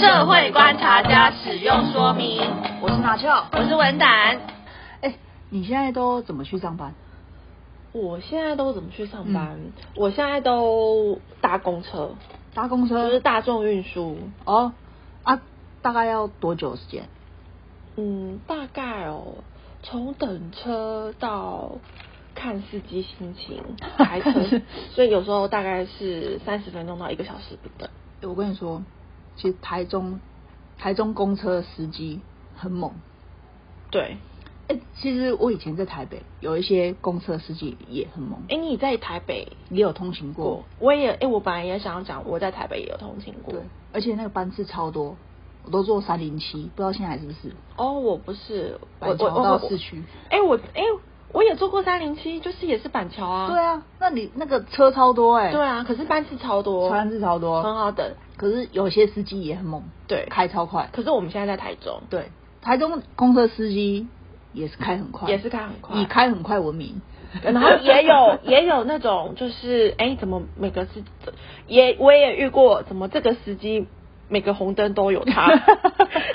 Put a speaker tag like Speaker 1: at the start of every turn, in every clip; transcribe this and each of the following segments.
Speaker 1: 社会观察家使用说明。
Speaker 2: 我是马俏。
Speaker 1: 我是文胆，
Speaker 2: 哎，你现在都怎么去上班？
Speaker 3: 我现在都怎么去上班？我现在都搭公车，
Speaker 2: 搭公车？
Speaker 3: 就是大众运输。
Speaker 2: 哦啊，大概要多久时间？
Speaker 3: 嗯，大概哦，从等车到看司机心情开车， 所以有时候大概是三十分钟到一个小时不等。
Speaker 2: 哎我跟你说，其实台中台中公车司机很猛。
Speaker 3: 对，
Speaker 2: 哎，其实我以前在台北有一些公车司机也很猛，
Speaker 3: 哎，你在台北
Speaker 2: 也有通行过
Speaker 3: 过。？我也，哎，我本来也想要讲，我在台北也有通勤过。
Speaker 2: 对，而且那个班次超多，我都坐三零七，不知道现在还是不是。
Speaker 3: 哦，我不是，我
Speaker 2: 板
Speaker 3: 我
Speaker 2: 桥
Speaker 3: 我
Speaker 2: 到
Speaker 3: 我
Speaker 2: 市区。
Speaker 3: 哎，我哎，我也坐过三零七，就是也是板桥啊。
Speaker 2: 对啊，那你那个车超多哎、
Speaker 3: 对，啊，可啊是班次超多，
Speaker 2: 班次超多，
Speaker 3: 很好等。
Speaker 2: 可是有些司机也很猛，
Speaker 3: 对
Speaker 2: 开超快。
Speaker 3: 可是我们现在在台中，
Speaker 2: 对，台中公车司机也是开很快，
Speaker 3: 也是开很快
Speaker 2: 以开很快闻名。
Speaker 3: 然后也有 也有那种就是哎，怎么每个司也我也遇过，怎么这个司机每个红灯都有 他，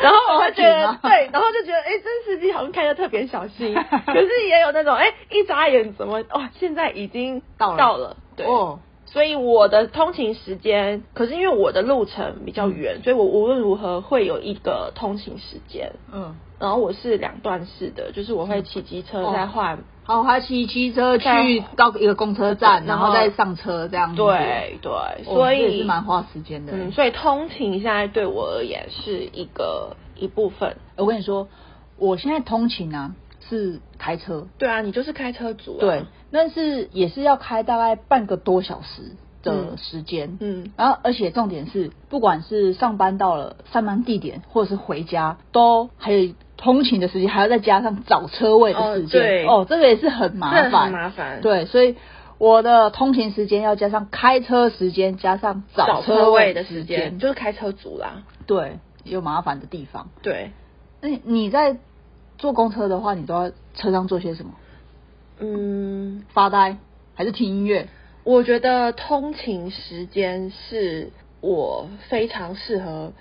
Speaker 3: 然后我会觉
Speaker 2: 这么紧啊
Speaker 3: 得
Speaker 2: 吗
Speaker 3: 对，然后就觉得哎，这司机好像开的特别小心。 可是也有那种哎，一眨眼怎么哇，现在已经
Speaker 2: 到了
Speaker 3: 到了，对。
Speaker 2: 哦，
Speaker 3: 所以我的通勤时间，可是因为我的路程比较远，所以我无论如何会有一个通勤时间。
Speaker 2: 嗯，
Speaker 3: 然后我是两段式的，就是我会骑机车
Speaker 2: 哦
Speaker 3: 再换，
Speaker 2: 好，他骑骑车去
Speaker 3: 在
Speaker 2: 到一个公车站，然
Speaker 3: 然
Speaker 2: 后
Speaker 3: 后
Speaker 2: 再上车这样子。
Speaker 3: 对对
Speaker 2: 嗯哦，
Speaker 3: 所以
Speaker 2: 这也是蛮花时间的。
Speaker 3: 嗯，所以通勤现在对我而言是一个一部分。
Speaker 2: 我跟你说，我现在通勤啊是开车，
Speaker 3: 对啊，你就是开车族、啊，
Speaker 2: 对，但是也是要开大概半个多小时的
Speaker 3: 嗯
Speaker 2: 时间，
Speaker 3: 嗯
Speaker 2: 然后而且重点是，不管是上班到了上班地点，或者是回家，都还有通勤的时间，还要再加上找车位的
Speaker 3: 哦
Speaker 2: 时间，
Speaker 3: 对
Speaker 2: 哦这个也是很麻
Speaker 3: 这
Speaker 2: 烦，
Speaker 3: 很麻烦
Speaker 2: 对，所以。我的通勤时间要加上开车时间，加上
Speaker 3: 找
Speaker 2: 车
Speaker 3: 车位的
Speaker 2: 时
Speaker 3: 时间，就是开车族啦。
Speaker 2: 对，有麻烦的地方。
Speaker 3: 对，
Speaker 2: 那你你在坐公车的话，你都要车上做些什么？
Speaker 3: 嗯，
Speaker 2: 发呆还是听音乐？
Speaker 3: 我觉得通勤时间是我非常适合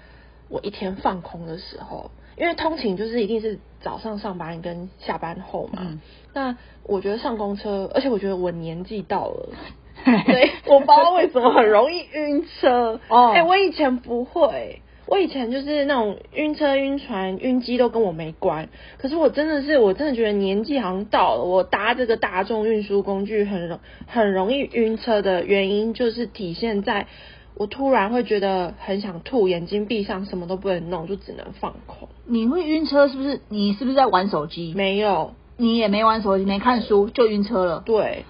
Speaker 3: 我一天放空的时候，因为通勤就是一定是早上上班跟下班后嘛。
Speaker 2: 嗯
Speaker 3: 那我觉得上公车，而且我觉得我年纪到了。对， 我不知道为什么很容易晕车。
Speaker 2: 哦
Speaker 3: 哎、我以前不会，我以前就是那种晕车、晕船、晕机都跟我没关。可是我真的是，我真的觉得年纪好像到了，我搭这个大众运输工具很容很容易晕车的原因，就是体现在我突然会觉得很想吐，眼睛闭上，什么都不能弄，就只能放空。
Speaker 2: 你会晕车是不是？你是不是在玩手机？
Speaker 3: 没有，
Speaker 2: 你也没玩手机，没看书就晕车了。
Speaker 3: 对，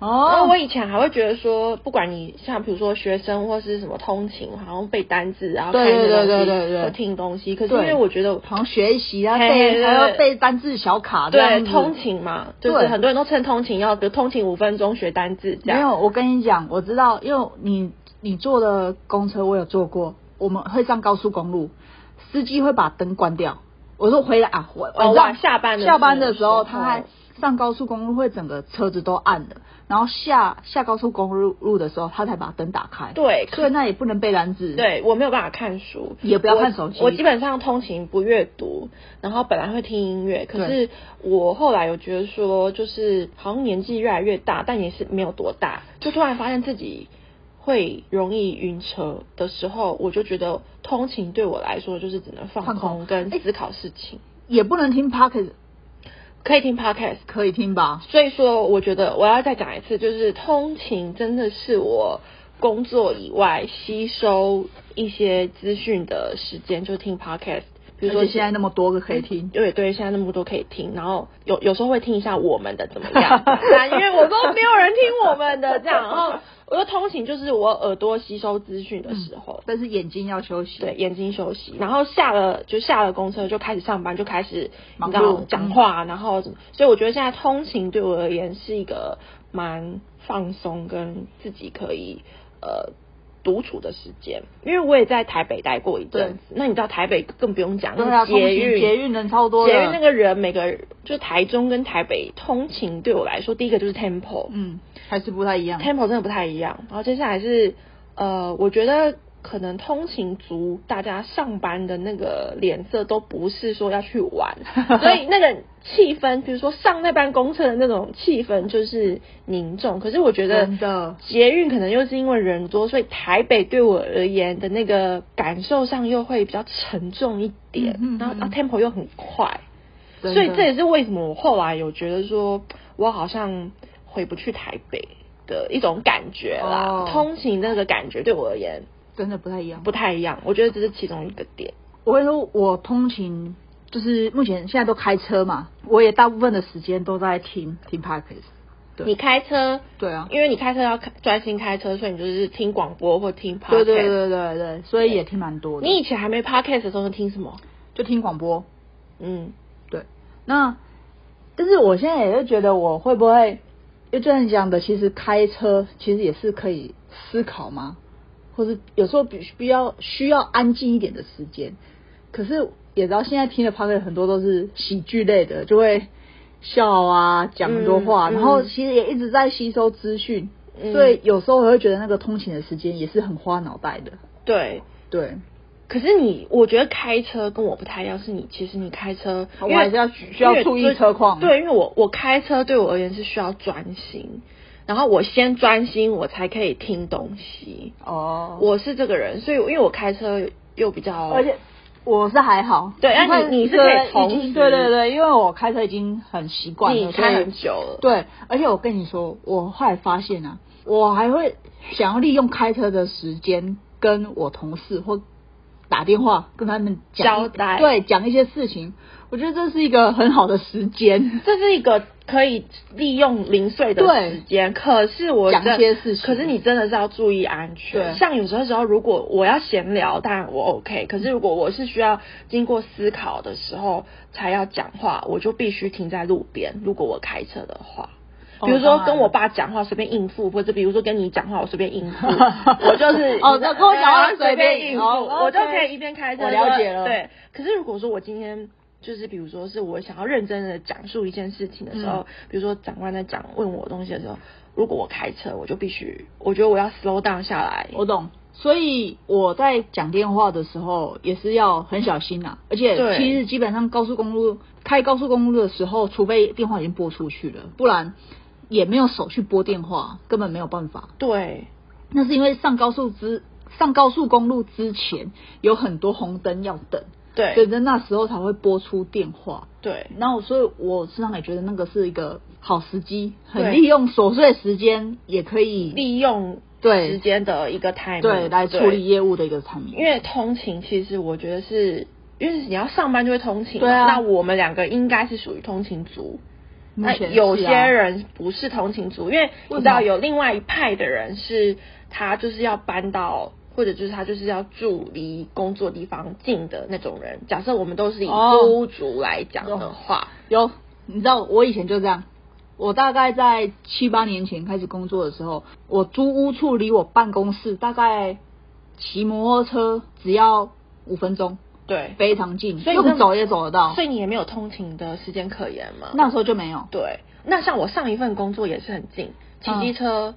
Speaker 3: 然后
Speaker 2: 哦
Speaker 3: 我以前还会觉得说，不管你像比如说学生或是什么通勤，好像背单字，然后
Speaker 2: 对
Speaker 3: 看一些
Speaker 2: 对
Speaker 3: 东西
Speaker 2: 对对对
Speaker 3: 或听东西。可是因为我觉得
Speaker 2: 好像学习啊，
Speaker 3: 嘿
Speaker 2: 背
Speaker 3: 对
Speaker 2: 还要
Speaker 3: 对
Speaker 2: 背单字小卡这
Speaker 3: 对
Speaker 2: 样子
Speaker 3: 通。勤嘛，就
Speaker 2: 对
Speaker 3: 是很多人都趁通勤要，比如通勤五分钟学单字这
Speaker 2: 没
Speaker 3: 样。
Speaker 2: 有，我跟你讲，我知道，因为你你坐的公车我有坐过，我们会上高速公路，司机会把灯关掉。我说回来啊，我晚
Speaker 3: 哦
Speaker 2: 上、
Speaker 3: 晚下班的
Speaker 2: 下班的时候，
Speaker 3: 时候哦
Speaker 2: 他还上高速公路会整个车子都暗了，然后下下高速公路路的时候，他才把灯打开。，
Speaker 3: 对，
Speaker 2: 所以那也不能背单字。，
Speaker 3: 对我没有办法看书，
Speaker 2: 也不要
Speaker 3: 我
Speaker 2: 看手机
Speaker 3: 我基本上通勤不阅读，然后本来会听音乐，可
Speaker 2: 对
Speaker 3: 是我后来有觉得说，就是好像年纪越来越大，但也是没有多大，就突然发现自己会容易晕车的时候，我就觉得通勤对我来说就是只能
Speaker 2: 放
Speaker 3: 放
Speaker 2: 空
Speaker 3: 空跟
Speaker 2: 哎
Speaker 3: 思考事情，
Speaker 2: 也不能听 p o c k e t
Speaker 3: 可以听 podcast。
Speaker 2: 可以听吧？
Speaker 3: 所以说，我觉得我要再讲一次，就是通勤真的是我工作以外吸收一些资讯的时间，就听 podcast。比如
Speaker 2: 而
Speaker 3: 说
Speaker 2: 且现在那么多个可以听，
Speaker 3: 对对，现在那么多可以听，然后有有时候会听一下我们的怎么 样，啊因为我说没有人听我们的这样，然后我说通勤就是我耳朵吸收资讯的时候，
Speaker 2: 但是眼睛要休息。嗯
Speaker 3: 对，，眼睛休息，然后下了就下了公车就开始上班，就开始
Speaker 2: 忙
Speaker 3: 你知道
Speaker 2: 碌
Speaker 3: 讲话，然后怎么所以我觉得现在通勤对我而言是一个蛮放松跟自己可以呃独处的时间，因为我也在台北待过一阵子，那你知道台北更不用讲，
Speaker 2: 对啊，
Speaker 3: 那捷
Speaker 2: 通勤
Speaker 3: 运
Speaker 2: 捷运人超多的。
Speaker 3: 捷运那个人每个就台中跟台北通勤对我来说，第一个就是
Speaker 2: 嗯
Speaker 3: tempo，
Speaker 2: 嗯，还是不太一样。
Speaker 3: tempo 真的不太一样。然后接下来是呃，我觉得可能通勤族大家上班的那个脸色都不是说要去 玩，所以那个气氛，比如说上那班公车的那种气氛就是凝重。可是我觉得
Speaker 2: 真的
Speaker 3: 捷运可能又是因为人多，所以台北对我而言的那个感受上又会比较沉重一点，
Speaker 2: 嗯嗯嗯
Speaker 3: 然后啊 tempo 又很快，
Speaker 2: 真
Speaker 3: 所
Speaker 2: 的
Speaker 3: 以这也是为什么我后来有觉得说我好像回不去台北的一种感觉啦。
Speaker 2: 哦
Speaker 3: 通勤那个感觉对我而言
Speaker 2: 真的不太一样。
Speaker 3: 不太一样，我觉得这是其中一个点。
Speaker 2: 我跟你说，我通勤就是目前现在都开车嘛，我也大部分的时间都在听听 podcast。对
Speaker 3: 你开车，
Speaker 2: 对啊，
Speaker 3: 因为你开车要开专心开车，所以你就是听广播或听 podcast。
Speaker 2: 对对对对对，所以也听蛮多的。
Speaker 3: 你以前还没 podcast 的时候是听什么？
Speaker 2: 就听广播，
Speaker 3: 嗯，
Speaker 2: 对。那但是我现在也是觉得，我会不会就这样讲的？其实开车其实也是可以思考嘛，或是有时候比比较需要安静一点的时间。可是也知道现在听的 p o d c a s t 很多都是喜剧类的，就会笑啊，讲很多话，
Speaker 3: 嗯嗯
Speaker 2: 然后其实也一直在吸收资讯，
Speaker 3: 嗯
Speaker 2: 所以有时候我会觉得那个通勤的时间也是很花脑袋的。
Speaker 3: 对。
Speaker 2: 对，
Speaker 3: 可是你，我觉得开车跟我不太一样，是你其实你开车，
Speaker 2: 我
Speaker 3: 因为
Speaker 2: 还是要需要
Speaker 3: 因为
Speaker 2: 注意车况
Speaker 3: 对，因为我我开车对我而言是需要专心，然后我先专心，我才可以听东西。
Speaker 2: 哦
Speaker 3: 我是这个人，所以因为我开车又比较，
Speaker 2: 而且我是还好，
Speaker 3: 对
Speaker 2: 因为
Speaker 3: 那你你是可以同时
Speaker 2: 已经对对对，因为我开车已经很习惯了，
Speaker 3: 你开
Speaker 2: 所以
Speaker 3: 很久了
Speaker 2: 对，而且我跟你说，我后来发现啊，我还会想要利用开车的时间跟我同事或打电话跟他们讲
Speaker 3: 交代
Speaker 2: 对，讲一些事情。我觉得这是一个很好的时间，
Speaker 3: 这是一个可以利用零碎的
Speaker 2: 对
Speaker 3: 时间，可是我
Speaker 2: 讲
Speaker 3: 真
Speaker 2: 些事情
Speaker 3: 可是你真的是要注意安
Speaker 2: 对
Speaker 3: 全。像有时候时候，如果我要闲聊，当然我 OK，可是如果我是需要经过思考的时候才要讲话，我就必须停在路边。如果我开车的话。
Speaker 2: 哦
Speaker 3: 比如
Speaker 2: 当
Speaker 3: 说
Speaker 2: 然
Speaker 3: 跟我爸讲话随便应付，或者比如说跟你讲话我随便应 付，我就是
Speaker 2: 哦那跟我讲话
Speaker 3: 对
Speaker 2: 随
Speaker 3: 随
Speaker 2: 便
Speaker 3: 便
Speaker 2: 应
Speaker 3: 应
Speaker 2: 付
Speaker 3: 付，
Speaker 2: 哦
Speaker 3: 我就
Speaker 2: OK
Speaker 3: 可以一边开车
Speaker 2: 我了
Speaker 3: 说
Speaker 2: 解了
Speaker 3: 对，可是如果说我今天就是比如说是我想要认真的讲述一件事情的时候，
Speaker 2: 嗯
Speaker 3: 比如说长官在讲问我东西的时候，如果我开车，我就必须，我觉得我要 slow down 下来。
Speaker 2: 我懂。所以我在讲电话的时候也是要很小心啊，而且
Speaker 3: 对
Speaker 2: 其实基本上高速公路开高速公路的时候，除非电话已经拨出去了，不然也没有手去拨电话，根本没有办法。
Speaker 3: 对，
Speaker 2: 那是因为上高速之上高速公路之前有很多红灯要等，
Speaker 3: 对，
Speaker 2: 所以在那时候才会拨出电话。
Speaker 3: 对，
Speaker 2: 然后，所以我时常也觉得那个是一个好时机，很
Speaker 3: 对
Speaker 2: 利用琐碎时间，也可以
Speaker 3: 利用
Speaker 2: 对
Speaker 3: 时间的一个 time
Speaker 2: 对来处理业务的一个产品。
Speaker 3: 因为通勤其实我觉得是，因为你要上班就会通勤嘛，
Speaker 2: 对啊
Speaker 3: 那我们两个应该是属于通勤族。
Speaker 2: 目
Speaker 3: 那
Speaker 2: 前是啊
Speaker 3: 有些人不是通勤族，因为你知
Speaker 2: 为什么
Speaker 3: 道有另外一派的人是，他就是要搬到，或者就是他就是要住离工作地方近的那种人。假设我们都是以
Speaker 2: 哦
Speaker 3: 租族来讲的话，
Speaker 2: 有，你知道我以前就这样。我大概在七八年前开始工作的时候，我租屋处离我办公室大概骑摩托车只要五分钟，
Speaker 3: 对，
Speaker 2: 非常近，
Speaker 3: 所以
Speaker 2: 用
Speaker 3: 那
Speaker 2: 走也走得到
Speaker 3: 所。以你也没有通勤的时间可言嘛。
Speaker 2: 那时候就没有，
Speaker 3: 对，那像我上一份工作也是很近，骑
Speaker 2: 嗯
Speaker 3: 机车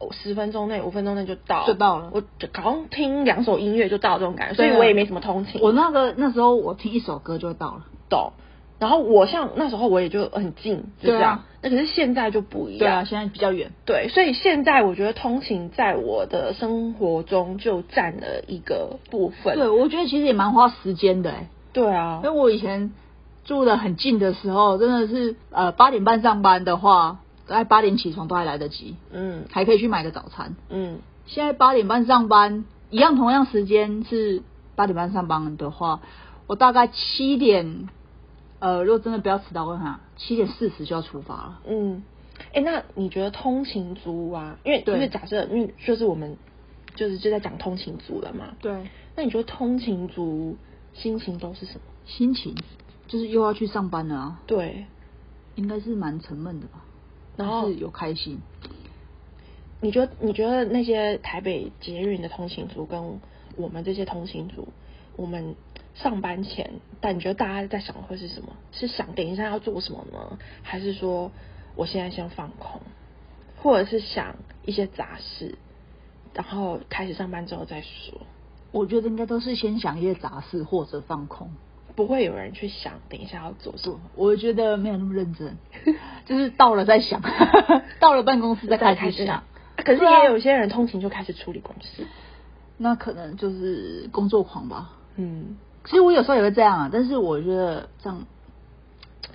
Speaker 3: 哦十分钟内、五分钟内就到，
Speaker 2: 就到了
Speaker 3: 我就好像听两首音乐就到这种感觉，所以
Speaker 2: 对啊
Speaker 3: 我也没什么通勤。
Speaker 2: 我那个那时候我听一首歌就到了。
Speaker 3: 懂。然后我像那时候我也就很近，就
Speaker 2: 对啊
Speaker 3: 这样。那可是现在就不一
Speaker 2: 对啊，
Speaker 3: 样。
Speaker 2: 现在比较远。
Speaker 3: 对，所以现在我觉得通勤在我的生活中就占了一个部分。
Speaker 2: 对，我觉得其实也蛮花时间的哎、
Speaker 3: 对啊
Speaker 2: 因为，我以前住的很近的时候，真的是呃八点半上班的话，大概八点起床都还来得及，
Speaker 3: 嗯
Speaker 2: 还可以去买个早餐。
Speaker 3: 嗯，
Speaker 2: 现在八点半上班，一样同样时间是八点半上班的话，我大概七点，呃，如果真的不要迟到的话，七点四十就要出发了。
Speaker 3: 嗯，哎、那你觉得通勤族啊，因为
Speaker 2: 对
Speaker 3: 因为假设，因为就是我们就是就在讲通勤族了嘛，
Speaker 2: 对，
Speaker 3: 那你觉得通勤族心情都是什么？
Speaker 2: 心情就是又要去上班了啊，
Speaker 3: 对，
Speaker 2: 应该是蛮沉闷的吧？
Speaker 3: 然后
Speaker 2: 还是有开心，
Speaker 3: 你觉得你觉得那些台北捷运的通勤族跟我们这些通勤族，我们上班前，但你觉得大家在想的会是什么？是想等一下要做什么呢？还是说我现在先放空，或者是想一些杂事，然后开始上班之后再说？
Speaker 2: 我觉得应该都是先想一些杂事或者放空。
Speaker 3: 不会有人去想等一下要做什么。
Speaker 2: 我觉得没有那么认 真，就是到了再想， 到了办公室再
Speaker 3: 再
Speaker 2: 开
Speaker 3: 开
Speaker 2: 始
Speaker 3: 始
Speaker 2: 想
Speaker 3: 想。啊可是
Speaker 2: 对啊
Speaker 3: 也有些人通勤就开始处理公事。
Speaker 2: 那可能就是工作狂吧。
Speaker 3: 嗯，
Speaker 2: 其实我有时候也会这样啊，但是我觉得这样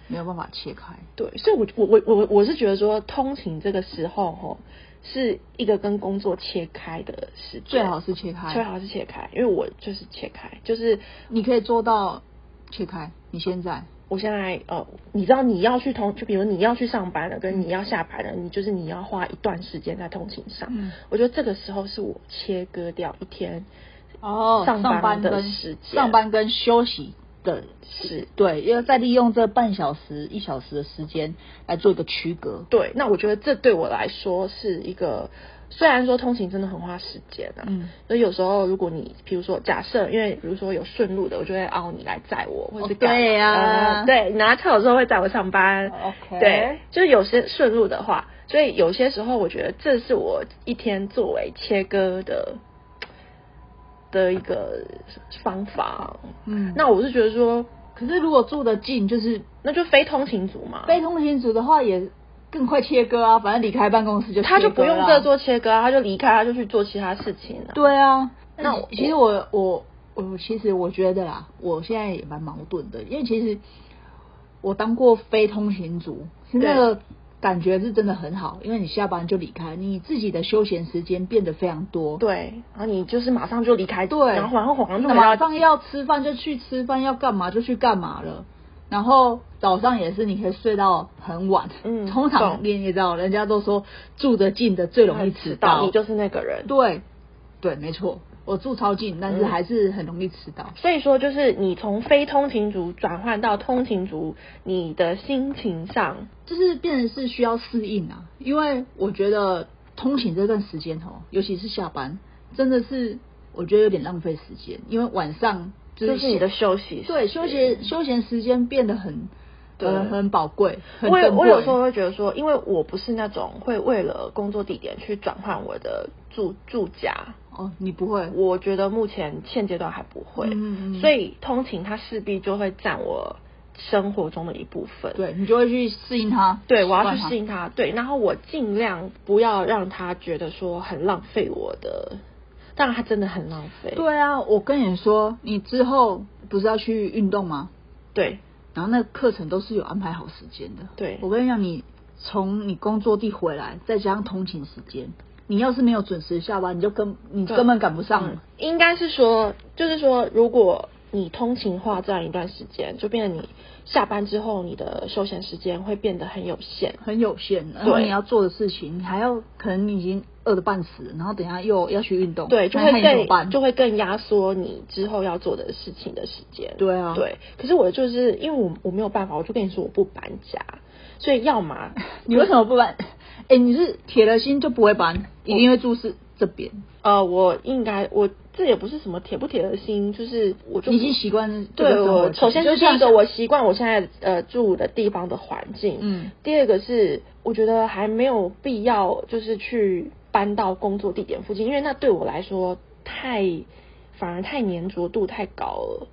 Speaker 2: 没有办法切开。
Speaker 3: 对，所以我我我我我是觉得说，通勤这个时候吼，是一个跟工作切开的时间，
Speaker 2: 最好是切开
Speaker 3: 最好是切开，因为我就是切开，就是
Speaker 2: 你可以做到切开，你现在
Speaker 3: 我现在呃，你知道你要去通，就比如你要去上班了，跟你要下班了，你就是你要花一段时间在通勤上。
Speaker 2: 嗯
Speaker 3: 我觉得这个时候是我切割掉一天
Speaker 2: 哦
Speaker 3: 上
Speaker 2: 上班
Speaker 3: 的
Speaker 2: 跟
Speaker 3: 时间，
Speaker 2: 上班跟休息的
Speaker 3: 是。
Speaker 2: 对，要再利用这半小时一小时的时间来做一个区隔。
Speaker 3: 对，那我觉得这对我来说是一个，虽然说通勤真的很花时间啊，
Speaker 2: 嗯，
Speaker 3: 所以有时候如果你比如说假设，因为比如说有顺路的，我就会哦你来载我，或者是
Speaker 2: 哦
Speaker 3: 干嘛、
Speaker 2: 对呀哦
Speaker 3: 呃对，你拿车有时候会载我上班
Speaker 2: OK
Speaker 3: 对，就是有些顺路的话，所以有些时候我觉得这是我一天作为切割的。的一个方法，
Speaker 2: 嗯
Speaker 3: 那我是觉得说，
Speaker 2: 可是如果住得近，就是
Speaker 3: 那就非通勤族嘛，
Speaker 2: 非通勤族的话，也更快切割啊，反正离开办公室就
Speaker 3: 他就不用
Speaker 2: 这
Speaker 3: 这。做切割啊，他就离开，他就去做其他事情了、
Speaker 2: 对啊，
Speaker 3: 那
Speaker 2: 那
Speaker 3: 我
Speaker 2: 其实我我我其实我觉得啦，我现在也蛮矛盾的，因为其实我当过非通勤族，是那个感觉是真的很好，因为你下班就离开，你自己的休闲时间变得非常多。
Speaker 3: 对，然后你就是马上就离开，
Speaker 2: 对，
Speaker 3: 然后然后马上就回到
Speaker 2: 晚上要吃饭就去吃饭，要干嘛就去干嘛了。然后早上也是，你可以睡到很晚。
Speaker 3: 嗯
Speaker 2: 通常
Speaker 3: 懂嗯
Speaker 2: 你也知道，人家都说住得近的最容易迟到。
Speaker 3: 你就是那个人。
Speaker 2: 对，对，没错，我住超近，但是
Speaker 3: 嗯
Speaker 2: 还是很容易迟到。
Speaker 3: 所以说，就是你从非通勤族转换到通勤族，你的心情上，
Speaker 2: 就是变成是需要适应啊，因为我觉得通勤这段时间哦，尤其是下班，真的是我觉得有点浪费时间，因为晚上就
Speaker 3: 就是
Speaker 2: 是
Speaker 3: 你的休息时间。
Speaker 2: 对休闲休闲时间变得很
Speaker 3: 对
Speaker 2: 呃很宝贵，很
Speaker 3: 我有
Speaker 2: 珍
Speaker 3: 我
Speaker 2: 贵。
Speaker 3: 有时候会觉得说，因为我不是那种会为了工作地点去转换我的住住家，
Speaker 2: 哦，你不会，
Speaker 3: 我觉得目前现阶段还不会，
Speaker 2: 嗯嗯嗯
Speaker 3: 所以通勤它势必就会占我生活中的一部分。
Speaker 2: 对你就会去适应它，
Speaker 3: 对，我
Speaker 2: 习
Speaker 3: 要
Speaker 2: 惯
Speaker 3: 去
Speaker 2: 它
Speaker 3: 适。应它。对，然后我尽量不要让他觉得说很浪费我的，当然他真的很浪费。
Speaker 2: 对啊，我跟你说，你之后不是要去运动吗？
Speaker 3: 对
Speaker 2: 然后那个课程都是有安排好时间的。
Speaker 3: 对
Speaker 2: 我跟你讲，你从你工作地回来，再加上通勤时间，你要是没有准时下班，你就根你
Speaker 3: 对
Speaker 2: 根本赶不上
Speaker 3: 嗯应该是说，就是说，如果你通勤化这样一段时间，就变成你下班之后，你的休闲时间会变得很有限。
Speaker 2: 很有限。然后
Speaker 3: 对
Speaker 2: 你要做的事情，你还要可能你已经饿得半死了，然后等一下又要去运动，
Speaker 3: 对，就
Speaker 2: 那看
Speaker 3: 会
Speaker 2: 你怎么
Speaker 3: 更
Speaker 2: 办？
Speaker 3: 就会更压缩你之后要做的事情的时间。
Speaker 2: 对啊
Speaker 3: 对。可是我就是因为我我没有办法，我就跟你说我不搬家，所以要 么
Speaker 2: 你为什么不搬？ 哎、你是铁了心就不会搬，一定会住是这边。
Speaker 3: 呃，我应该我这也不是什么铁不铁的心，就是我就
Speaker 2: 你已经习惯这个
Speaker 3: 对
Speaker 2: 生活
Speaker 3: 我，
Speaker 2: 了
Speaker 3: 首先
Speaker 2: 就是像
Speaker 3: 第一个我习惯我现在呃住的地方的环境，
Speaker 2: 嗯，
Speaker 3: 第二个是我觉得还没有必要就是去搬到工作地点附近，因为那对我来说太反而太粘着度太高了，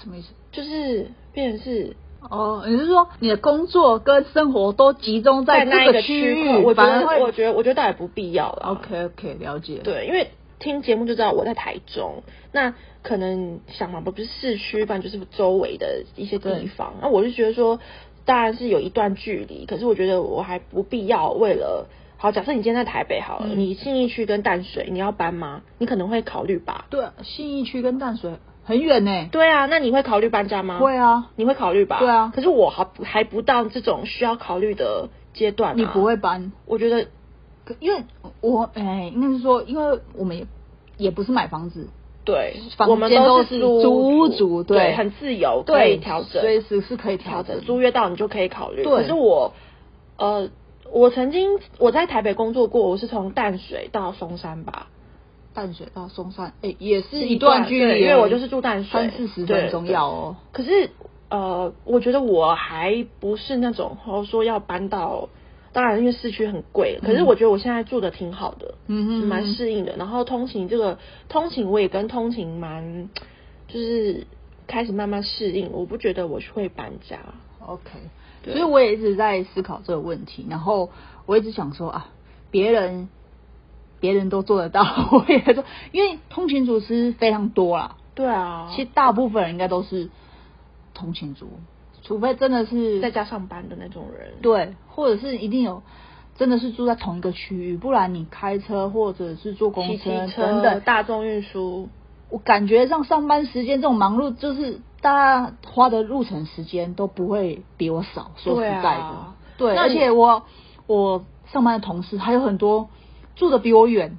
Speaker 2: 什么意思？
Speaker 3: 就是变成是
Speaker 2: 哦，你是说你的工作跟生活都集中在
Speaker 3: 那
Speaker 2: 这
Speaker 3: 一个
Speaker 2: 区
Speaker 3: 域，
Speaker 2: 域，
Speaker 3: 我觉
Speaker 2: 反而
Speaker 3: 得
Speaker 2: 会
Speaker 3: 我觉得我觉得倒也不必要了。
Speaker 2: OK OK，了解。，
Speaker 3: 对，因为听节目就知道我在台中，那可能想嘛，不是市区，不然就是周围的一些地方。那我就觉得说，当然是有一段距离，可是我觉得我还不必要为了。好，假设你今天在台北好了，
Speaker 2: 嗯
Speaker 3: 你信义区跟淡水你要搬吗？你可能会考虑吧。
Speaker 2: 对，信义区跟淡水很远呢。
Speaker 3: 对啊，那你会考虑搬家吗？
Speaker 2: 会啊，
Speaker 3: 你会考虑吧？
Speaker 2: 对啊
Speaker 3: 可是我还不还不到这种需要考虑的阶段、啊。
Speaker 2: 你不？会搬，
Speaker 3: 我觉得
Speaker 2: 可因为我哎，应该是说，因为我们也也不是买房子，
Speaker 3: 对，
Speaker 2: 房
Speaker 3: 我们
Speaker 2: 间都
Speaker 3: 是
Speaker 2: 是
Speaker 3: 租
Speaker 2: 租
Speaker 3: 住
Speaker 2: 住对
Speaker 3: 很自由，可以
Speaker 2: 对，
Speaker 3: 调整，
Speaker 2: 随时是可以
Speaker 3: 调
Speaker 2: 调
Speaker 3: 整
Speaker 2: 整。
Speaker 3: 租约到你就可以考虑。
Speaker 2: 对
Speaker 3: 可是我，呃，我曾经我在台北工作过，我是从淡水到松山吧，
Speaker 2: 淡水到松山，哎，也是
Speaker 3: 是
Speaker 2: 一
Speaker 3: 一
Speaker 2: 段
Speaker 3: 段
Speaker 2: 距离，
Speaker 3: 对因为我就是住淡水
Speaker 2: 三四十
Speaker 3: 对
Speaker 2: 分钟要哦。
Speaker 3: 可是呃，我觉得我还不是那种哦说要搬到当然因为市区很贵，可是我觉得我现在住的挺好的，
Speaker 2: 嗯哼
Speaker 3: 蛮适应的。然后通勤这个通勤我也跟通勤蛮，就是开始慢慢适应，我不觉得我会搬家。
Speaker 2: OK，
Speaker 3: 对
Speaker 2: 所以我也一直在思考这个问题，然后我一直想说啊，别人别人都做得到， 我也做，因为通勤族是非常多啦，
Speaker 3: 对啊，
Speaker 2: 其实大部分人应该都是通勤族，除非真的是
Speaker 3: 在家上班的那种人，
Speaker 2: 对，或者是一定有真的是住在同一个区域，不然你开车或者是坐公
Speaker 3: 骑机
Speaker 2: 车
Speaker 3: 车
Speaker 2: 等等，
Speaker 3: 大众运输，
Speaker 2: 我感觉上上班时间这种忙碌，就是大家花的路程时间都不会比我少。说实
Speaker 3: 对
Speaker 2: 在
Speaker 3: 啊
Speaker 2: 的，对，
Speaker 3: 那
Speaker 2: 而
Speaker 3: 你
Speaker 2: 且我我上班的同事还有很多住的比我远，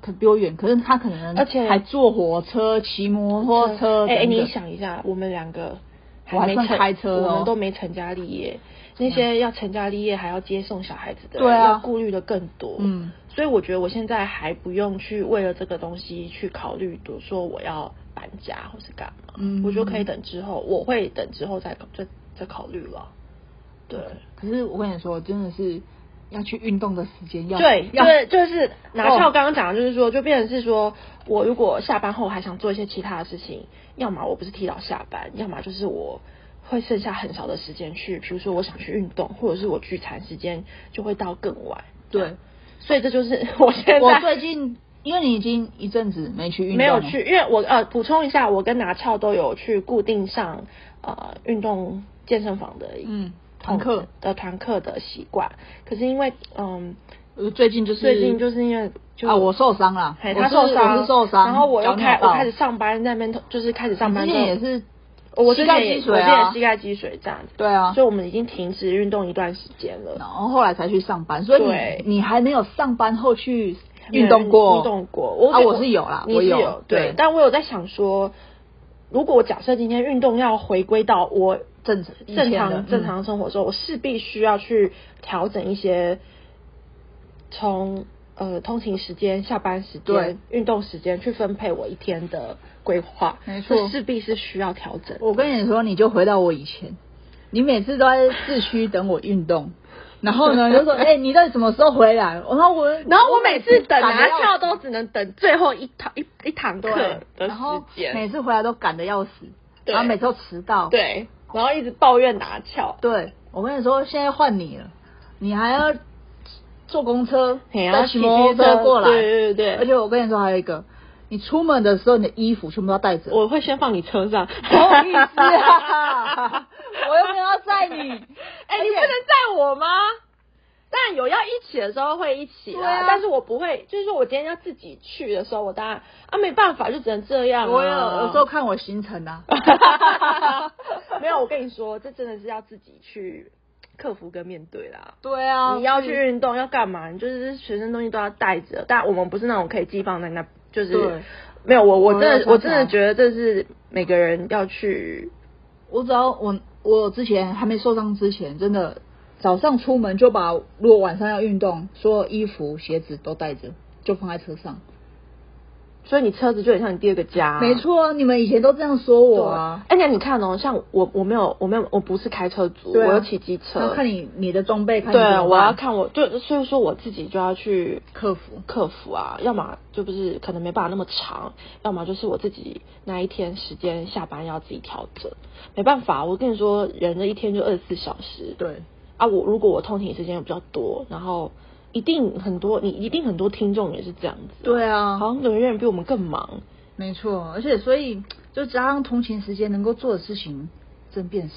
Speaker 2: 可比我远，可是他可能
Speaker 3: 而且
Speaker 2: 还坐火车、骑摩托车等
Speaker 3: 哎、
Speaker 2: 等。
Speaker 3: 哎你想一下，我们两个
Speaker 2: 我还
Speaker 3: 没
Speaker 2: 算
Speaker 3: 成，
Speaker 2: 开车的哦嗯
Speaker 3: 我们都没成家立业。那些要成家立业还要接送小孩子的，
Speaker 2: 对啊
Speaker 3: 要顾虑的更多。
Speaker 2: 嗯，
Speaker 3: 所以我觉得我现在还不用去为了这个东西去考虑，比如说我要搬家或是干嘛，
Speaker 2: 嗯
Speaker 3: 我觉得可以等之后，我会等之后再再再考虑了。对，
Speaker 2: 可是我跟你说，真的是要去运动的时间要
Speaker 3: 对，
Speaker 2: 要
Speaker 3: 就是就是拿
Speaker 2: 哦
Speaker 3: 翘刚刚讲的，就是说，就变成是说我如果下班后还想做一些其他的事情，要么我不是提早下班，要么就是我会剩下很少的时间去，比如说我想去运动，或者是我聚餐时间就会到更晚。
Speaker 2: 对。
Speaker 3: 所以这就是 我现在
Speaker 2: 我最近因为你已经一阵子没去运动，
Speaker 3: 没有去，因为我呃补充一下，我跟拿翘都有去固定上呃运动健身房的哦
Speaker 2: 嗯团课
Speaker 3: 的团课的习惯，可是因为嗯
Speaker 2: 呃，最近就是
Speaker 3: 最近就是因为就
Speaker 2: 啊，我受伤了，
Speaker 3: 嘿
Speaker 2: 我
Speaker 3: 他
Speaker 2: 是
Speaker 3: 受伤，
Speaker 2: 我是受伤，
Speaker 3: 然后我又
Speaker 2: 脚扭
Speaker 3: 开
Speaker 2: 到
Speaker 3: 我开始上班那边就是开始上班
Speaker 2: 之
Speaker 3: 之
Speaker 2: 前
Speaker 3: 后
Speaker 2: 也，是，
Speaker 3: 我
Speaker 2: 膝
Speaker 3: 之
Speaker 2: 盖
Speaker 3: 前也
Speaker 2: 积水
Speaker 3: 我之前
Speaker 2: 啊
Speaker 3: 膝，盖积水这样子，
Speaker 2: 对啊哦
Speaker 3: 所，以我们已经停止运动一段时间
Speaker 2: 然
Speaker 3: 了，
Speaker 2: 后后来才去上班，所以
Speaker 3: 对
Speaker 2: 你你还没有上班后去
Speaker 3: 没有
Speaker 2: 运动过，
Speaker 3: 运动过，我
Speaker 2: 啊我是有啦
Speaker 3: 你
Speaker 2: 我
Speaker 3: 是
Speaker 2: 有对
Speaker 3: 对，但我有在想说，如果我假设今天运动要回归到我
Speaker 2: 正常以前
Speaker 3: 正
Speaker 2: 的
Speaker 3: 常
Speaker 2: 嗯
Speaker 3: 正常生活的时候，我势必需要去调整一些从呃通勤时间、下班时
Speaker 2: 对
Speaker 3: 间、运动时间去分配我一天的规划，
Speaker 2: 没错
Speaker 3: 这势必是需要调整。
Speaker 2: 我跟你说，你就回到我以前，你每次都在市区等我 运动。然后呢，就说，哎、你到底什么时候回来？然后我，
Speaker 3: 然后我每次等
Speaker 2: 打
Speaker 3: 拿
Speaker 2: 电话
Speaker 3: 翘都只能等最后一堂一一堂课
Speaker 2: 对，
Speaker 3: 的
Speaker 2: 然后
Speaker 3: 时
Speaker 2: 每
Speaker 3: 间，
Speaker 2: 次回来都赶得要死，
Speaker 3: 对
Speaker 2: 然后每次都迟到。
Speaker 3: 对，然后一直抱怨拿翘，
Speaker 2: 对，我跟你说，现在换你了，你还要坐公车，
Speaker 3: 嘿然
Speaker 2: 再
Speaker 3: 后
Speaker 2: 骑
Speaker 3: 骑
Speaker 2: 摩托
Speaker 3: 机车
Speaker 2: 车过来。
Speaker 3: 对对对
Speaker 2: 而且我跟你说，还有一个，你出门的时候，你的衣服全部都要带着。
Speaker 3: 我会先放你车上，
Speaker 2: 什么意思 啊 我又没有要载你
Speaker 3: 哎、
Speaker 2: 而且
Speaker 3: 你不能载我吗？但有要一起的时候会一起
Speaker 2: 对
Speaker 3: 啦，
Speaker 2: 啊
Speaker 3: 但是我不会，就是说我今天要自己去的时候，我当然啊没办法，就只能这样、啊。。
Speaker 2: 我有有时候看我行程啊
Speaker 3: 没有，我跟你 说，这真的是要自己去克服跟面对啦。
Speaker 2: 对啊，
Speaker 3: 你要去运动要干嘛？你就是随身东西都要带着，但我们不是那种可以寄放在那，就
Speaker 2: 对
Speaker 3: 是没有我我真
Speaker 2: 我有想
Speaker 3: 的
Speaker 2: 法
Speaker 3: 我真的觉得这是每个人要去
Speaker 2: 我只要我我之前还没受伤之前，真的早上出门就把如果晚上要运动，所有衣服、鞋子都带着，就放在车上。
Speaker 3: 所以你车子就很像你第二个家、
Speaker 2: 没。错，你们以前都这样说
Speaker 3: 啊对
Speaker 2: 我
Speaker 3: 啊
Speaker 2: 啊，。
Speaker 3: 而且你看哦，像我，我没有，我没有，我不是开车族，
Speaker 2: 对啊
Speaker 3: 我有骑机车。
Speaker 2: 要看你你的装备，看你
Speaker 3: 对啊
Speaker 2: 怎么，办
Speaker 3: 我要看我，就所以说我自己就要去
Speaker 2: 客服。
Speaker 3: 克服啊，要么就不是可能没办法那么长，要么就是我自己那一天时间下班要自己调整，没办法，我跟你说，人的一天就二十四小时，
Speaker 2: 对，
Speaker 3: 啊，我如果我通勤时间又比较多，然后一定很多，你一定很多听众也是这样子，
Speaker 2: 对啊
Speaker 3: 好像有些人比我们更忙，
Speaker 2: 没错，而且所以就加上通勤时间能够做的事情真变少。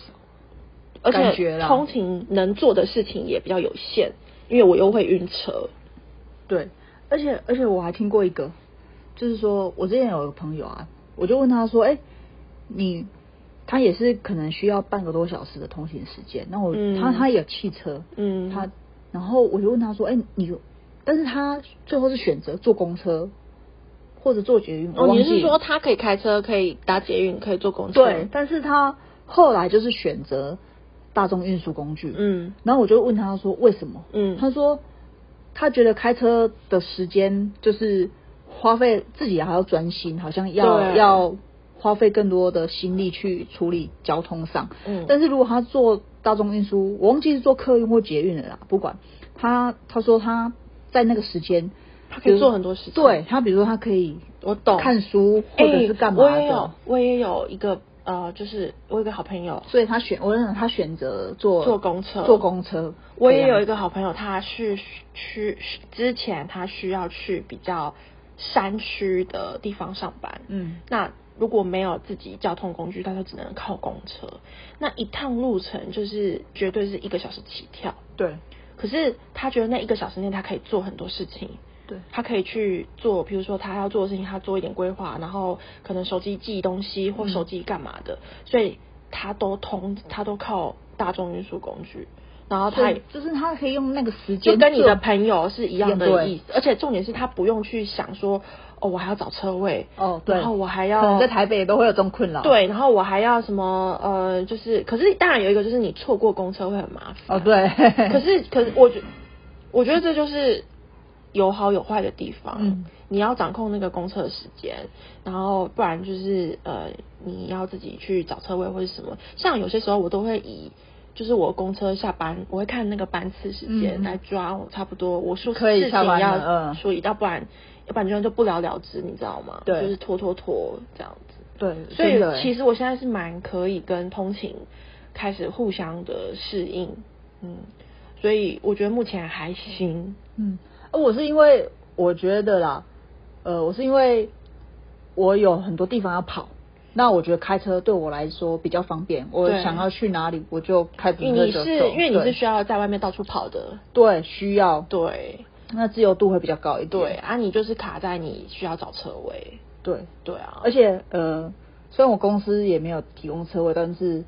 Speaker 3: 而
Speaker 2: 感觉
Speaker 3: 且
Speaker 2: 啦
Speaker 3: 通勤能做的事情也比较有限，因为我又会晕车，
Speaker 2: 对，而且而且我还听过一个，就是说我之前有个朋友啊，我就问他说，哎、你他也是可能需要半个多小时的通行时间，那我、
Speaker 3: 嗯
Speaker 2: 他他也有汽车，
Speaker 3: 嗯
Speaker 2: 他然后我就问他说，哎、你，但是他最后是选择坐公车或者坐捷运，我
Speaker 3: 哦，
Speaker 2: 忘
Speaker 3: 你
Speaker 2: 记
Speaker 3: 是说
Speaker 2: 了
Speaker 3: 他可以开车，可以搭捷运，可以坐公车？
Speaker 2: 对，，但是他后来就是选择大众运输工具，
Speaker 3: 嗯
Speaker 2: 然后我就问他说为什么？
Speaker 3: 嗯
Speaker 2: 他说他觉得开车的时间就是花费自己还要专心，好像要
Speaker 3: 对
Speaker 2: 要花费更多的心力去处理交通上。
Speaker 3: 嗯
Speaker 2: 但是如果他坐大众运输，我忘记是坐客运或捷运了啦，不管他他说他在那个时间，
Speaker 3: 他可以做很多事情。
Speaker 2: 对，他比如说他可以
Speaker 3: 我懂
Speaker 2: 看书或者是干嘛
Speaker 3: 欸我也
Speaker 2: 的，
Speaker 3: 有，我也有一个呃，就是我有一个好朋友，
Speaker 2: 所以他选我认为他选择坐
Speaker 3: 坐公车
Speaker 2: 坐公车。
Speaker 3: 我也有一
Speaker 2: 一
Speaker 3: 个好朋友，他是去之前他需要去比较山区的地方上班，
Speaker 2: 嗯
Speaker 3: 那如果没有自己交通工具，他就只能靠公车。那一趟路程就是绝对是一个小时起跳，
Speaker 2: 对
Speaker 3: 可是他觉得那一个小时内他可以做很多事情，
Speaker 2: 对
Speaker 3: 他可以去做，比如说他要做的事情，他做一点规划，然后可能手机寄东西或
Speaker 2: 嗯
Speaker 3: 手机干嘛的，所以他都通，他都靠大众运输工具，然后他
Speaker 2: 所
Speaker 3: 也
Speaker 2: 以就是他可以用那个时间
Speaker 3: 就
Speaker 2: 做，
Speaker 3: 跟你的朋友是一样
Speaker 2: 也
Speaker 3: 的
Speaker 2: 对
Speaker 3: 意思，而且重点是他不用去想说，哦，我还要找车位，
Speaker 2: 哦，对，
Speaker 3: 然后我还要
Speaker 2: 可能在台北都会有这种困扰，，
Speaker 3: 对，然后我还要什么呃，就是，可是当然有一个就是你错过公车会很麻烦。
Speaker 2: 哦对，
Speaker 3: 可是可是我觉我觉得这就是有好有坏的地方。
Speaker 2: 嗯
Speaker 3: 你要掌控那个公车的时间，然后不然就是呃，你要自己去找车位或者什么。像有些时候我都会以。就是我公车下班，我会看那个班次时间
Speaker 2: 嗯嗯
Speaker 3: 来抓我差不多我说
Speaker 2: 可以
Speaker 3: 事
Speaker 2: 下
Speaker 3: 情
Speaker 2: 班了
Speaker 3: 要
Speaker 2: 嗯
Speaker 3: 处理，要不然要不然就就不了了之，你知道吗？
Speaker 2: 对
Speaker 3: 就是拖拖拖这样子。
Speaker 2: 对，
Speaker 3: 所以
Speaker 2: 真的欸
Speaker 3: 其实我现在是蛮可以跟通勤开始互相的适应，嗯，所以我觉得目前还行。
Speaker 2: 嗯，呃我是因为我觉得啦，呃，我是因为我有很多地方要跑，那我觉得开车对我来说比较方便。我
Speaker 3: 对
Speaker 2: 想要去哪里，我嗯就开着
Speaker 3: 因为
Speaker 2: 车
Speaker 3: 你
Speaker 2: 走。
Speaker 3: 是因为你是
Speaker 2: 对
Speaker 3: 需要在外面到处跑的，
Speaker 2: 对需要，
Speaker 3: 对
Speaker 2: 那自由度会比较高一点。
Speaker 3: 对啊，你就是卡在你需要找车位，
Speaker 2: 对，
Speaker 3: 对啊，
Speaker 2: 而且呃，虽然我公司也没有提供车位，但是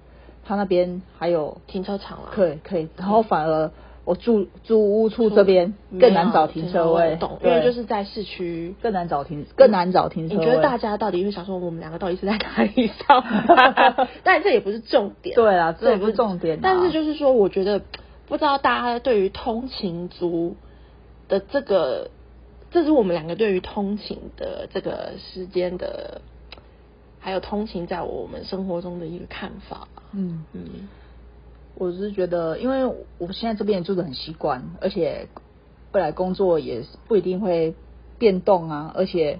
Speaker 2: 他那边还有
Speaker 3: 停车场啊啦，
Speaker 2: 可以可以，然后反而我住住屋处这边更难找停
Speaker 3: 嗯
Speaker 2: 车
Speaker 3: 没有
Speaker 2: 位，
Speaker 3: 懂？因
Speaker 2: 对
Speaker 3: 为就是在市区。
Speaker 2: 更难找停更难找停车
Speaker 3: 你
Speaker 2: 位。
Speaker 3: 觉得大家到底会想说我们两个到底是在哪里上班？ 但这也不是重点。
Speaker 2: 对啊这
Speaker 3: 也
Speaker 2: 也不是重点啊
Speaker 3: 但是就是说，我觉得不知道大家对于通勤族的这个，这是我们两个对于通勤的这个时间的，还有通勤在我们生活中的一个看法。
Speaker 2: 嗯。
Speaker 3: 嗯，
Speaker 2: 我是觉得，因为我现在这边也住的很习惯，而且未来工作也不一定会变动啊，而且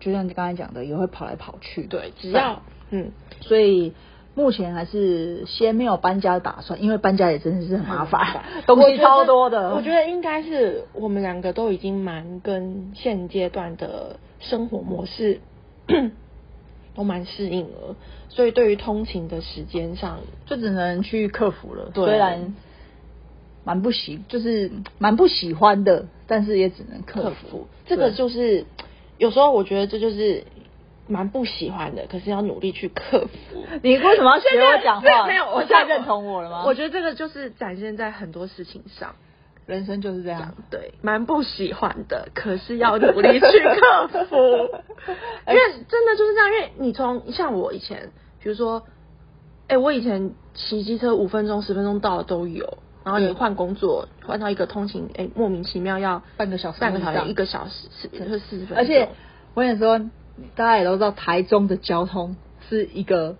Speaker 2: 就像你刚才讲的，也会跑来跑去。啊
Speaker 3: 对，只要嗯
Speaker 2: 所以目前还是先没有搬家的打算，因为搬家也真的是
Speaker 3: 嗯
Speaker 2: 很麻烦， 东西超多的。
Speaker 3: 我觉得我觉得应该是我们两个都已经蛮跟现阶段的生活模式 都蛮适应了，所以对于通勤的时间上，
Speaker 2: 就只能去克服了，
Speaker 3: 对
Speaker 2: 虽然蛮不喜，就是蛮不喜欢的，但是也只能克
Speaker 3: 克
Speaker 2: 服。
Speaker 3: 服这个
Speaker 2: 对
Speaker 3: 就是有时候我觉得这就是蛮不喜欢的，可是要努力去克服。
Speaker 2: 你为什么要学我讲话？
Speaker 3: 没有，我
Speaker 2: 现在认同我了吗？
Speaker 3: 我觉得这个就是展现在很多事情上，
Speaker 2: 人生就是这样。
Speaker 3: 对，蛮不喜欢的，可是要努力去克 服。因为真的就是这样，因为你从像我以前，比如说，哎、我以前骑机车五分钟、十分钟到了都有，然后你
Speaker 2: 嗯
Speaker 3: 换工作，换到一个通勤，哎、莫名其妙要
Speaker 2: 半个小时
Speaker 3: 半个小
Speaker 2: 以上
Speaker 3: 时、一个小时，是就是四十分钟，嗯
Speaker 2: 而且我跟你说，大家也都知道，台中的交通是一个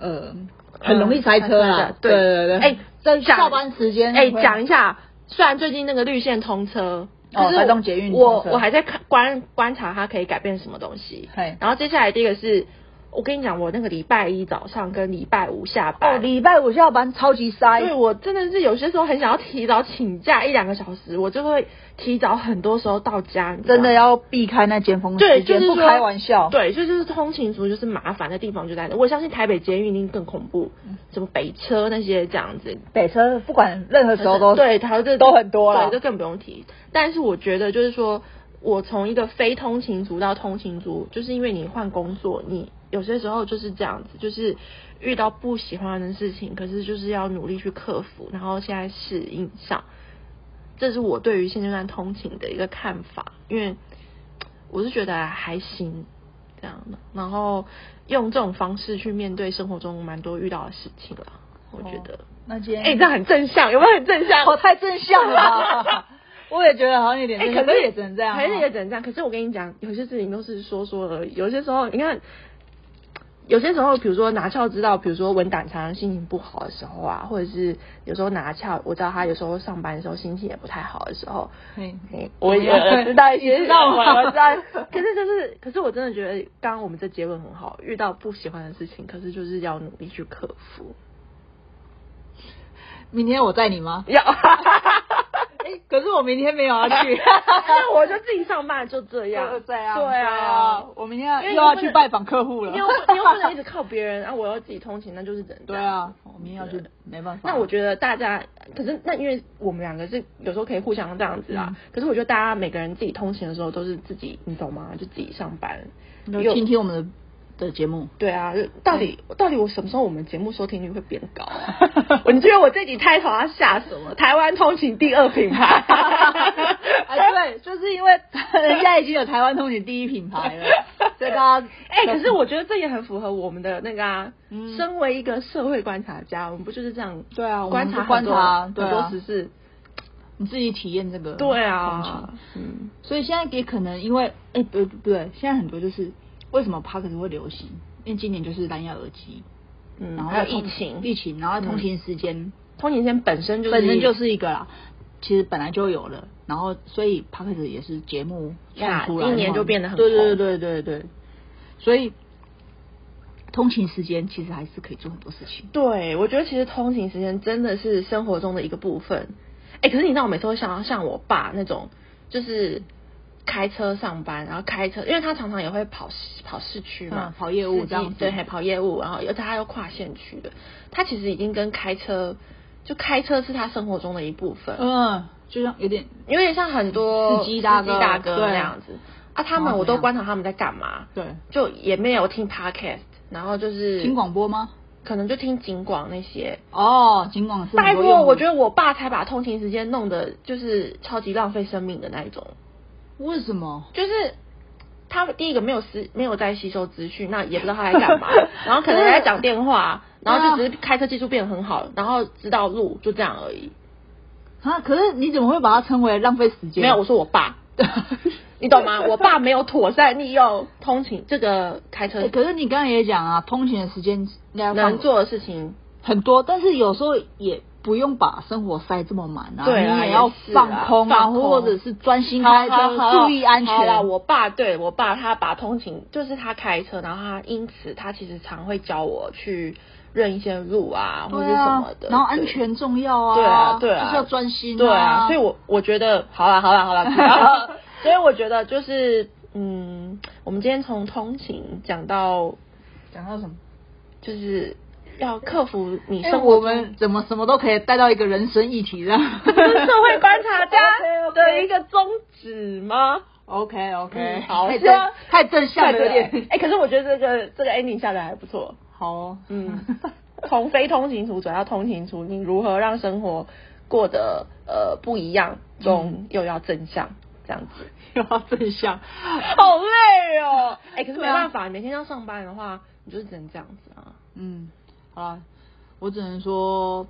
Speaker 2: 呃很容易塞车啦
Speaker 3: 嗯。
Speaker 2: 对对对，
Speaker 3: 哎，
Speaker 2: 在
Speaker 3: 讲
Speaker 2: 下班时间
Speaker 3: 哎，
Speaker 2: 会
Speaker 3: 讲一下，虽然最近那个绿线通车，
Speaker 2: 哦
Speaker 3: 可是
Speaker 2: 台东捷运
Speaker 3: 我
Speaker 2: 通车
Speaker 3: 我还在看观观察它可以改变什么东西
Speaker 2: 嘿。
Speaker 3: 然后接下来第一个是，我跟你讲，我那个礼拜一早上跟礼拜五下
Speaker 2: 哦，
Speaker 3: 班。
Speaker 2: 礼拜五下班超级塞，
Speaker 3: 对，我真的是有些时候很想要提早请假一两个小时，我就会提早很多时候到家，你知道
Speaker 2: 真
Speaker 3: 吗
Speaker 2: 的要避开那尖峰
Speaker 3: 对，
Speaker 2: 时
Speaker 3: 就
Speaker 2: 间，
Speaker 3: 是
Speaker 2: 不
Speaker 3: 说
Speaker 2: 开玩笑。
Speaker 3: 对，所以就是通勤族就是麻烦的地方就在那。我相信台北捷运一定更恐怖，
Speaker 2: 嗯
Speaker 3: 什么北车那些这样子，
Speaker 2: 北车不管任何时候都
Speaker 3: 对，台这
Speaker 2: 都很多啦
Speaker 3: 对，这更不用提。但是我觉得就是说，我从一个非通勤族到通勤族，就是因为你换工作，你有些时候就是这样子，就是遇到不喜欢的事情，可是就是要努力去克服，然后现在适应上。这是我对于现阶段通勤的一个看法，因为我是觉得还行这样的，然后用这种方式去面对生活中蛮多遇到的事情啦，我觉得。
Speaker 2: 哦那今天
Speaker 3: 哎、这样很正向，有没有很正向？
Speaker 2: 我太正向了 吧？我也觉得好像有点
Speaker 3: 哎、
Speaker 2: 正向，
Speaker 3: 可是
Speaker 2: 也只能这样哦，
Speaker 3: 可是也只能这样。可是我跟你讲，有些事情都是说说而已。有些时候，你看，有些时候，比如说拿翘知道，比如说文胆常常心情不好的时候啊，或者是有时候拿翘，我知道他有时候上班的时候心情也不太好的时候，
Speaker 2: 嗯，
Speaker 3: 嗯我也我知道一些，知道 我知道。可是就是，可是我真的觉得，刚刚我们这结论很好，遇到不喜欢的事情，可是就是要努力去克 服。
Speaker 2: 明天我载你 吗？
Speaker 3: 要，
Speaker 2: 哎，可是我明天没有要去。
Speaker 3: 那我就自己上班就这样，
Speaker 2: 就这样，
Speaker 3: 对啊
Speaker 2: 啊，，我明天要
Speaker 3: 因为
Speaker 2: 又
Speaker 3: 你
Speaker 2: 要
Speaker 3: 不
Speaker 2: 去
Speaker 3: 能
Speaker 2: 拜访客户了。
Speaker 3: 你又不你又不 能一直靠别人啊！我要自己通勤，那就是人。
Speaker 2: 对啊，我明天 要去，没办法。
Speaker 3: 那我觉得大家，可是那因为我们两个是有时候可以互相这样子啊。
Speaker 2: 嗯
Speaker 3: 可是我觉得大家每个人自己通勤的时候都是自己，你懂吗？就自己上班。
Speaker 2: 你就
Speaker 3: 有
Speaker 2: 听嗯听我们的的节目。
Speaker 3: 对啊，就到底、到底我什么时候我们节目收听率会变高、 啊？我你觉得我这集开头要下什么？台湾通勤第二品牌。
Speaker 2: 哎，对，就是因为 人家已经有台湾通勤第一 品牌了， 所以大家
Speaker 3: 哎、可是我觉得这也很符合我们的那个啊，
Speaker 2: 嗯
Speaker 3: 身为一个社会观察家，我们不就是这样？
Speaker 2: 对啊我们
Speaker 3: 观察
Speaker 2: 就观察
Speaker 3: 很多
Speaker 2: 对啊
Speaker 3: 很多时事。
Speaker 2: 你自己体验这个
Speaker 3: 对
Speaker 2: 通
Speaker 3: 啊
Speaker 2: 勤，
Speaker 3: 嗯，
Speaker 2: 所以现在也可能因为，哎、不不对，现在很多就是为什么 p o c k e t 会流行？因为今年就是蓝牙耳机，
Speaker 3: 嗯
Speaker 2: 然后
Speaker 3: 还有
Speaker 2: 在通
Speaker 3: 疫情嗯
Speaker 2: 疫情，然后在通勤时间、
Speaker 3: 通勤间本身就是
Speaker 2: 本身就是一个啦，其实本来就有了，然后所以 p o c k e t 也是节目
Speaker 3: 呀
Speaker 2: 看出来，
Speaker 3: 一年就变得很
Speaker 2: 对对
Speaker 3: 红
Speaker 2: 对对对，所以通勤时间其实还是可以做很多事情。
Speaker 3: 对，我觉得其实通勤时间真的是生活中的一个部分。哎、可是你知道，我每次会想到像我爸那种，就是开车上班，然后开车，因为他常常也会跑市跑市区嘛，
Speaker 2: 嗯跑业
Speaker 3: 司
Speaker 2: 务
Speaker 3: 机
Speaker 2: 这样子
Speaker 3: 对，还跑业务，然后而且他又跨县区的，他其实已经跟开车，就开车是他生活中的一部分，
Speaker 2: 嗯，就像有点
Speaker 3: 有点像很多
Speaker 2: 司机大哥
Speaker 3: 大哥
Speaker 2: 对
Speaker 3: 那样子啊，他
Speaker 2: 然
Speaker 3: 们
Speaker 2: 后
Speaker 3: 我
Speaker 2: 怎
Speaker 3: 都
Speaker 2: 样
Speaker 3: 观察他们在干嘛，
Speaker 2: 对，
Speaker 3: 就也没有听 podcast，然后就是
Speaker 2: 听广播吗？
Speaker 3: 可能就听警广那些。
Speaker 2: 哦，尽管是
Speaker 3: 拜托，
Speaker 2: 过，
Speaker 3: 我觉
Speaker 2: 得
Speaker 3: 得我爸才把通勤时间弄得就是超级浪费生命的那一种，
Speaker 2: 为什么？
Speaker 3: 就是他第一个没有吸没有在吸收资讯，那也不知道他在 干嘛，然后可能在讲电话，
Speaker 2: 嗯
Speaker 3: 然后就只是开车技术变得很好，然后知道路就这样而已。
Speaker 2: 啊，可是你怎么会把它称为浪费时间？
Speaker 3: 没有，我说我爸，你懂吗？我爸没有妥善利用通勤这个开车
Speaker 2: 欸可是你刚刚也讲啊，通勤的时间应该要放
Speaker 3: 能做的事情，
Speaker 2: 很多，但是有时候也不用把生活塞这么满啊，
Speaker 3: 对啊
Speaker 2: 你也要
Speaker 3: 也是啊
Speaker 2: 放空啊，
Speaker 3: 放空
Speaker 2: 或者是专心
Speaker 3: 好
Speaker 2: 开车，
Speaker 3: 好好
Speaker 2: 注意安全。
Speaker 3: 好啦，我爸对我爸，他把通勤就是他开车，然后他因此他其实常会教我去认一些路啊，或
Speaker 2: 对
Speaker 3: 者是什
Speaker 2: 啊
Speaker 3: 么，的。
Speaker 2: 然后安
Speaker 3: 对。
Speaker 2: 全重要啊，
Speaker 3: 对啊，对啊，
Speaker 2: 就是要专心、
Speaker 3: 对
Speaker 2: 啊，
Speaker 3: 所以我我觉得，好啦，好啦，好啦，知道了所以我觉得就是，嗯，我们今天从通勤讲到，
Speaker 2: 讲到什么？
Speaker 3: 就是要克服你
Speaker 2: 哎、
Speaker 3: 生活
Speaker 2: 我
Speaker 3: 中
Speaker 2: 们怎么什么都可以带到一个人生议题上，
Speaker 3: 就是社会观察家的一个宗旨吗？
Speaker 2: OK OK，、
Speaker 3: 嗯好
Speaker 2: 太
Speaker 3: 这样
Speaker 2: 正太正向了，有
Speaker 3: 哎、
Speaker 2: 点
Speaker 3: 可是我觉得这个这个 ending 下的还不错。
Speaker 2: 好、哦，
Speaker 3: 嗯，从非通勤族转到通勤族，你如何让生活过得呃不一样中又要正向这样子？
Speaker 2: 又要正向，
Speaker 3: 好累哦！ 哎、可是没
Speaker 2: 对啊
Speaker 3: 办法，你每天要上班的话，你就只能这样子啊。
Speaker 2: 嗯，好啦，我只能说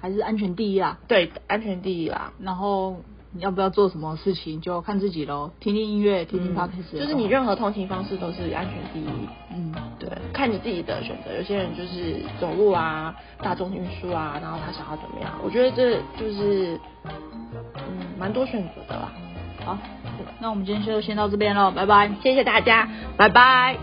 Speaker 2: 还是安全第一啦。
Speaker 3: 对，安全第一啦。
Speaker 2: 然后你要不要做什么事情就看自己喽，听听音乐，听听 podcast，、
Speaker 3: 嗯就是你任何通勤方式都是安全第一。
Speaker 2: 嗯，
Speaker 3: 对，看你自己的选择。有些人就是走路啊，大众运输啊，然后他想要怎么样，我觉得这就是嗯，蛮多选择的啦。
Speaker 2: 好，那我们今天就先到这边喽，拜拜。
Speaker 3: 谢谢大家，拜拜。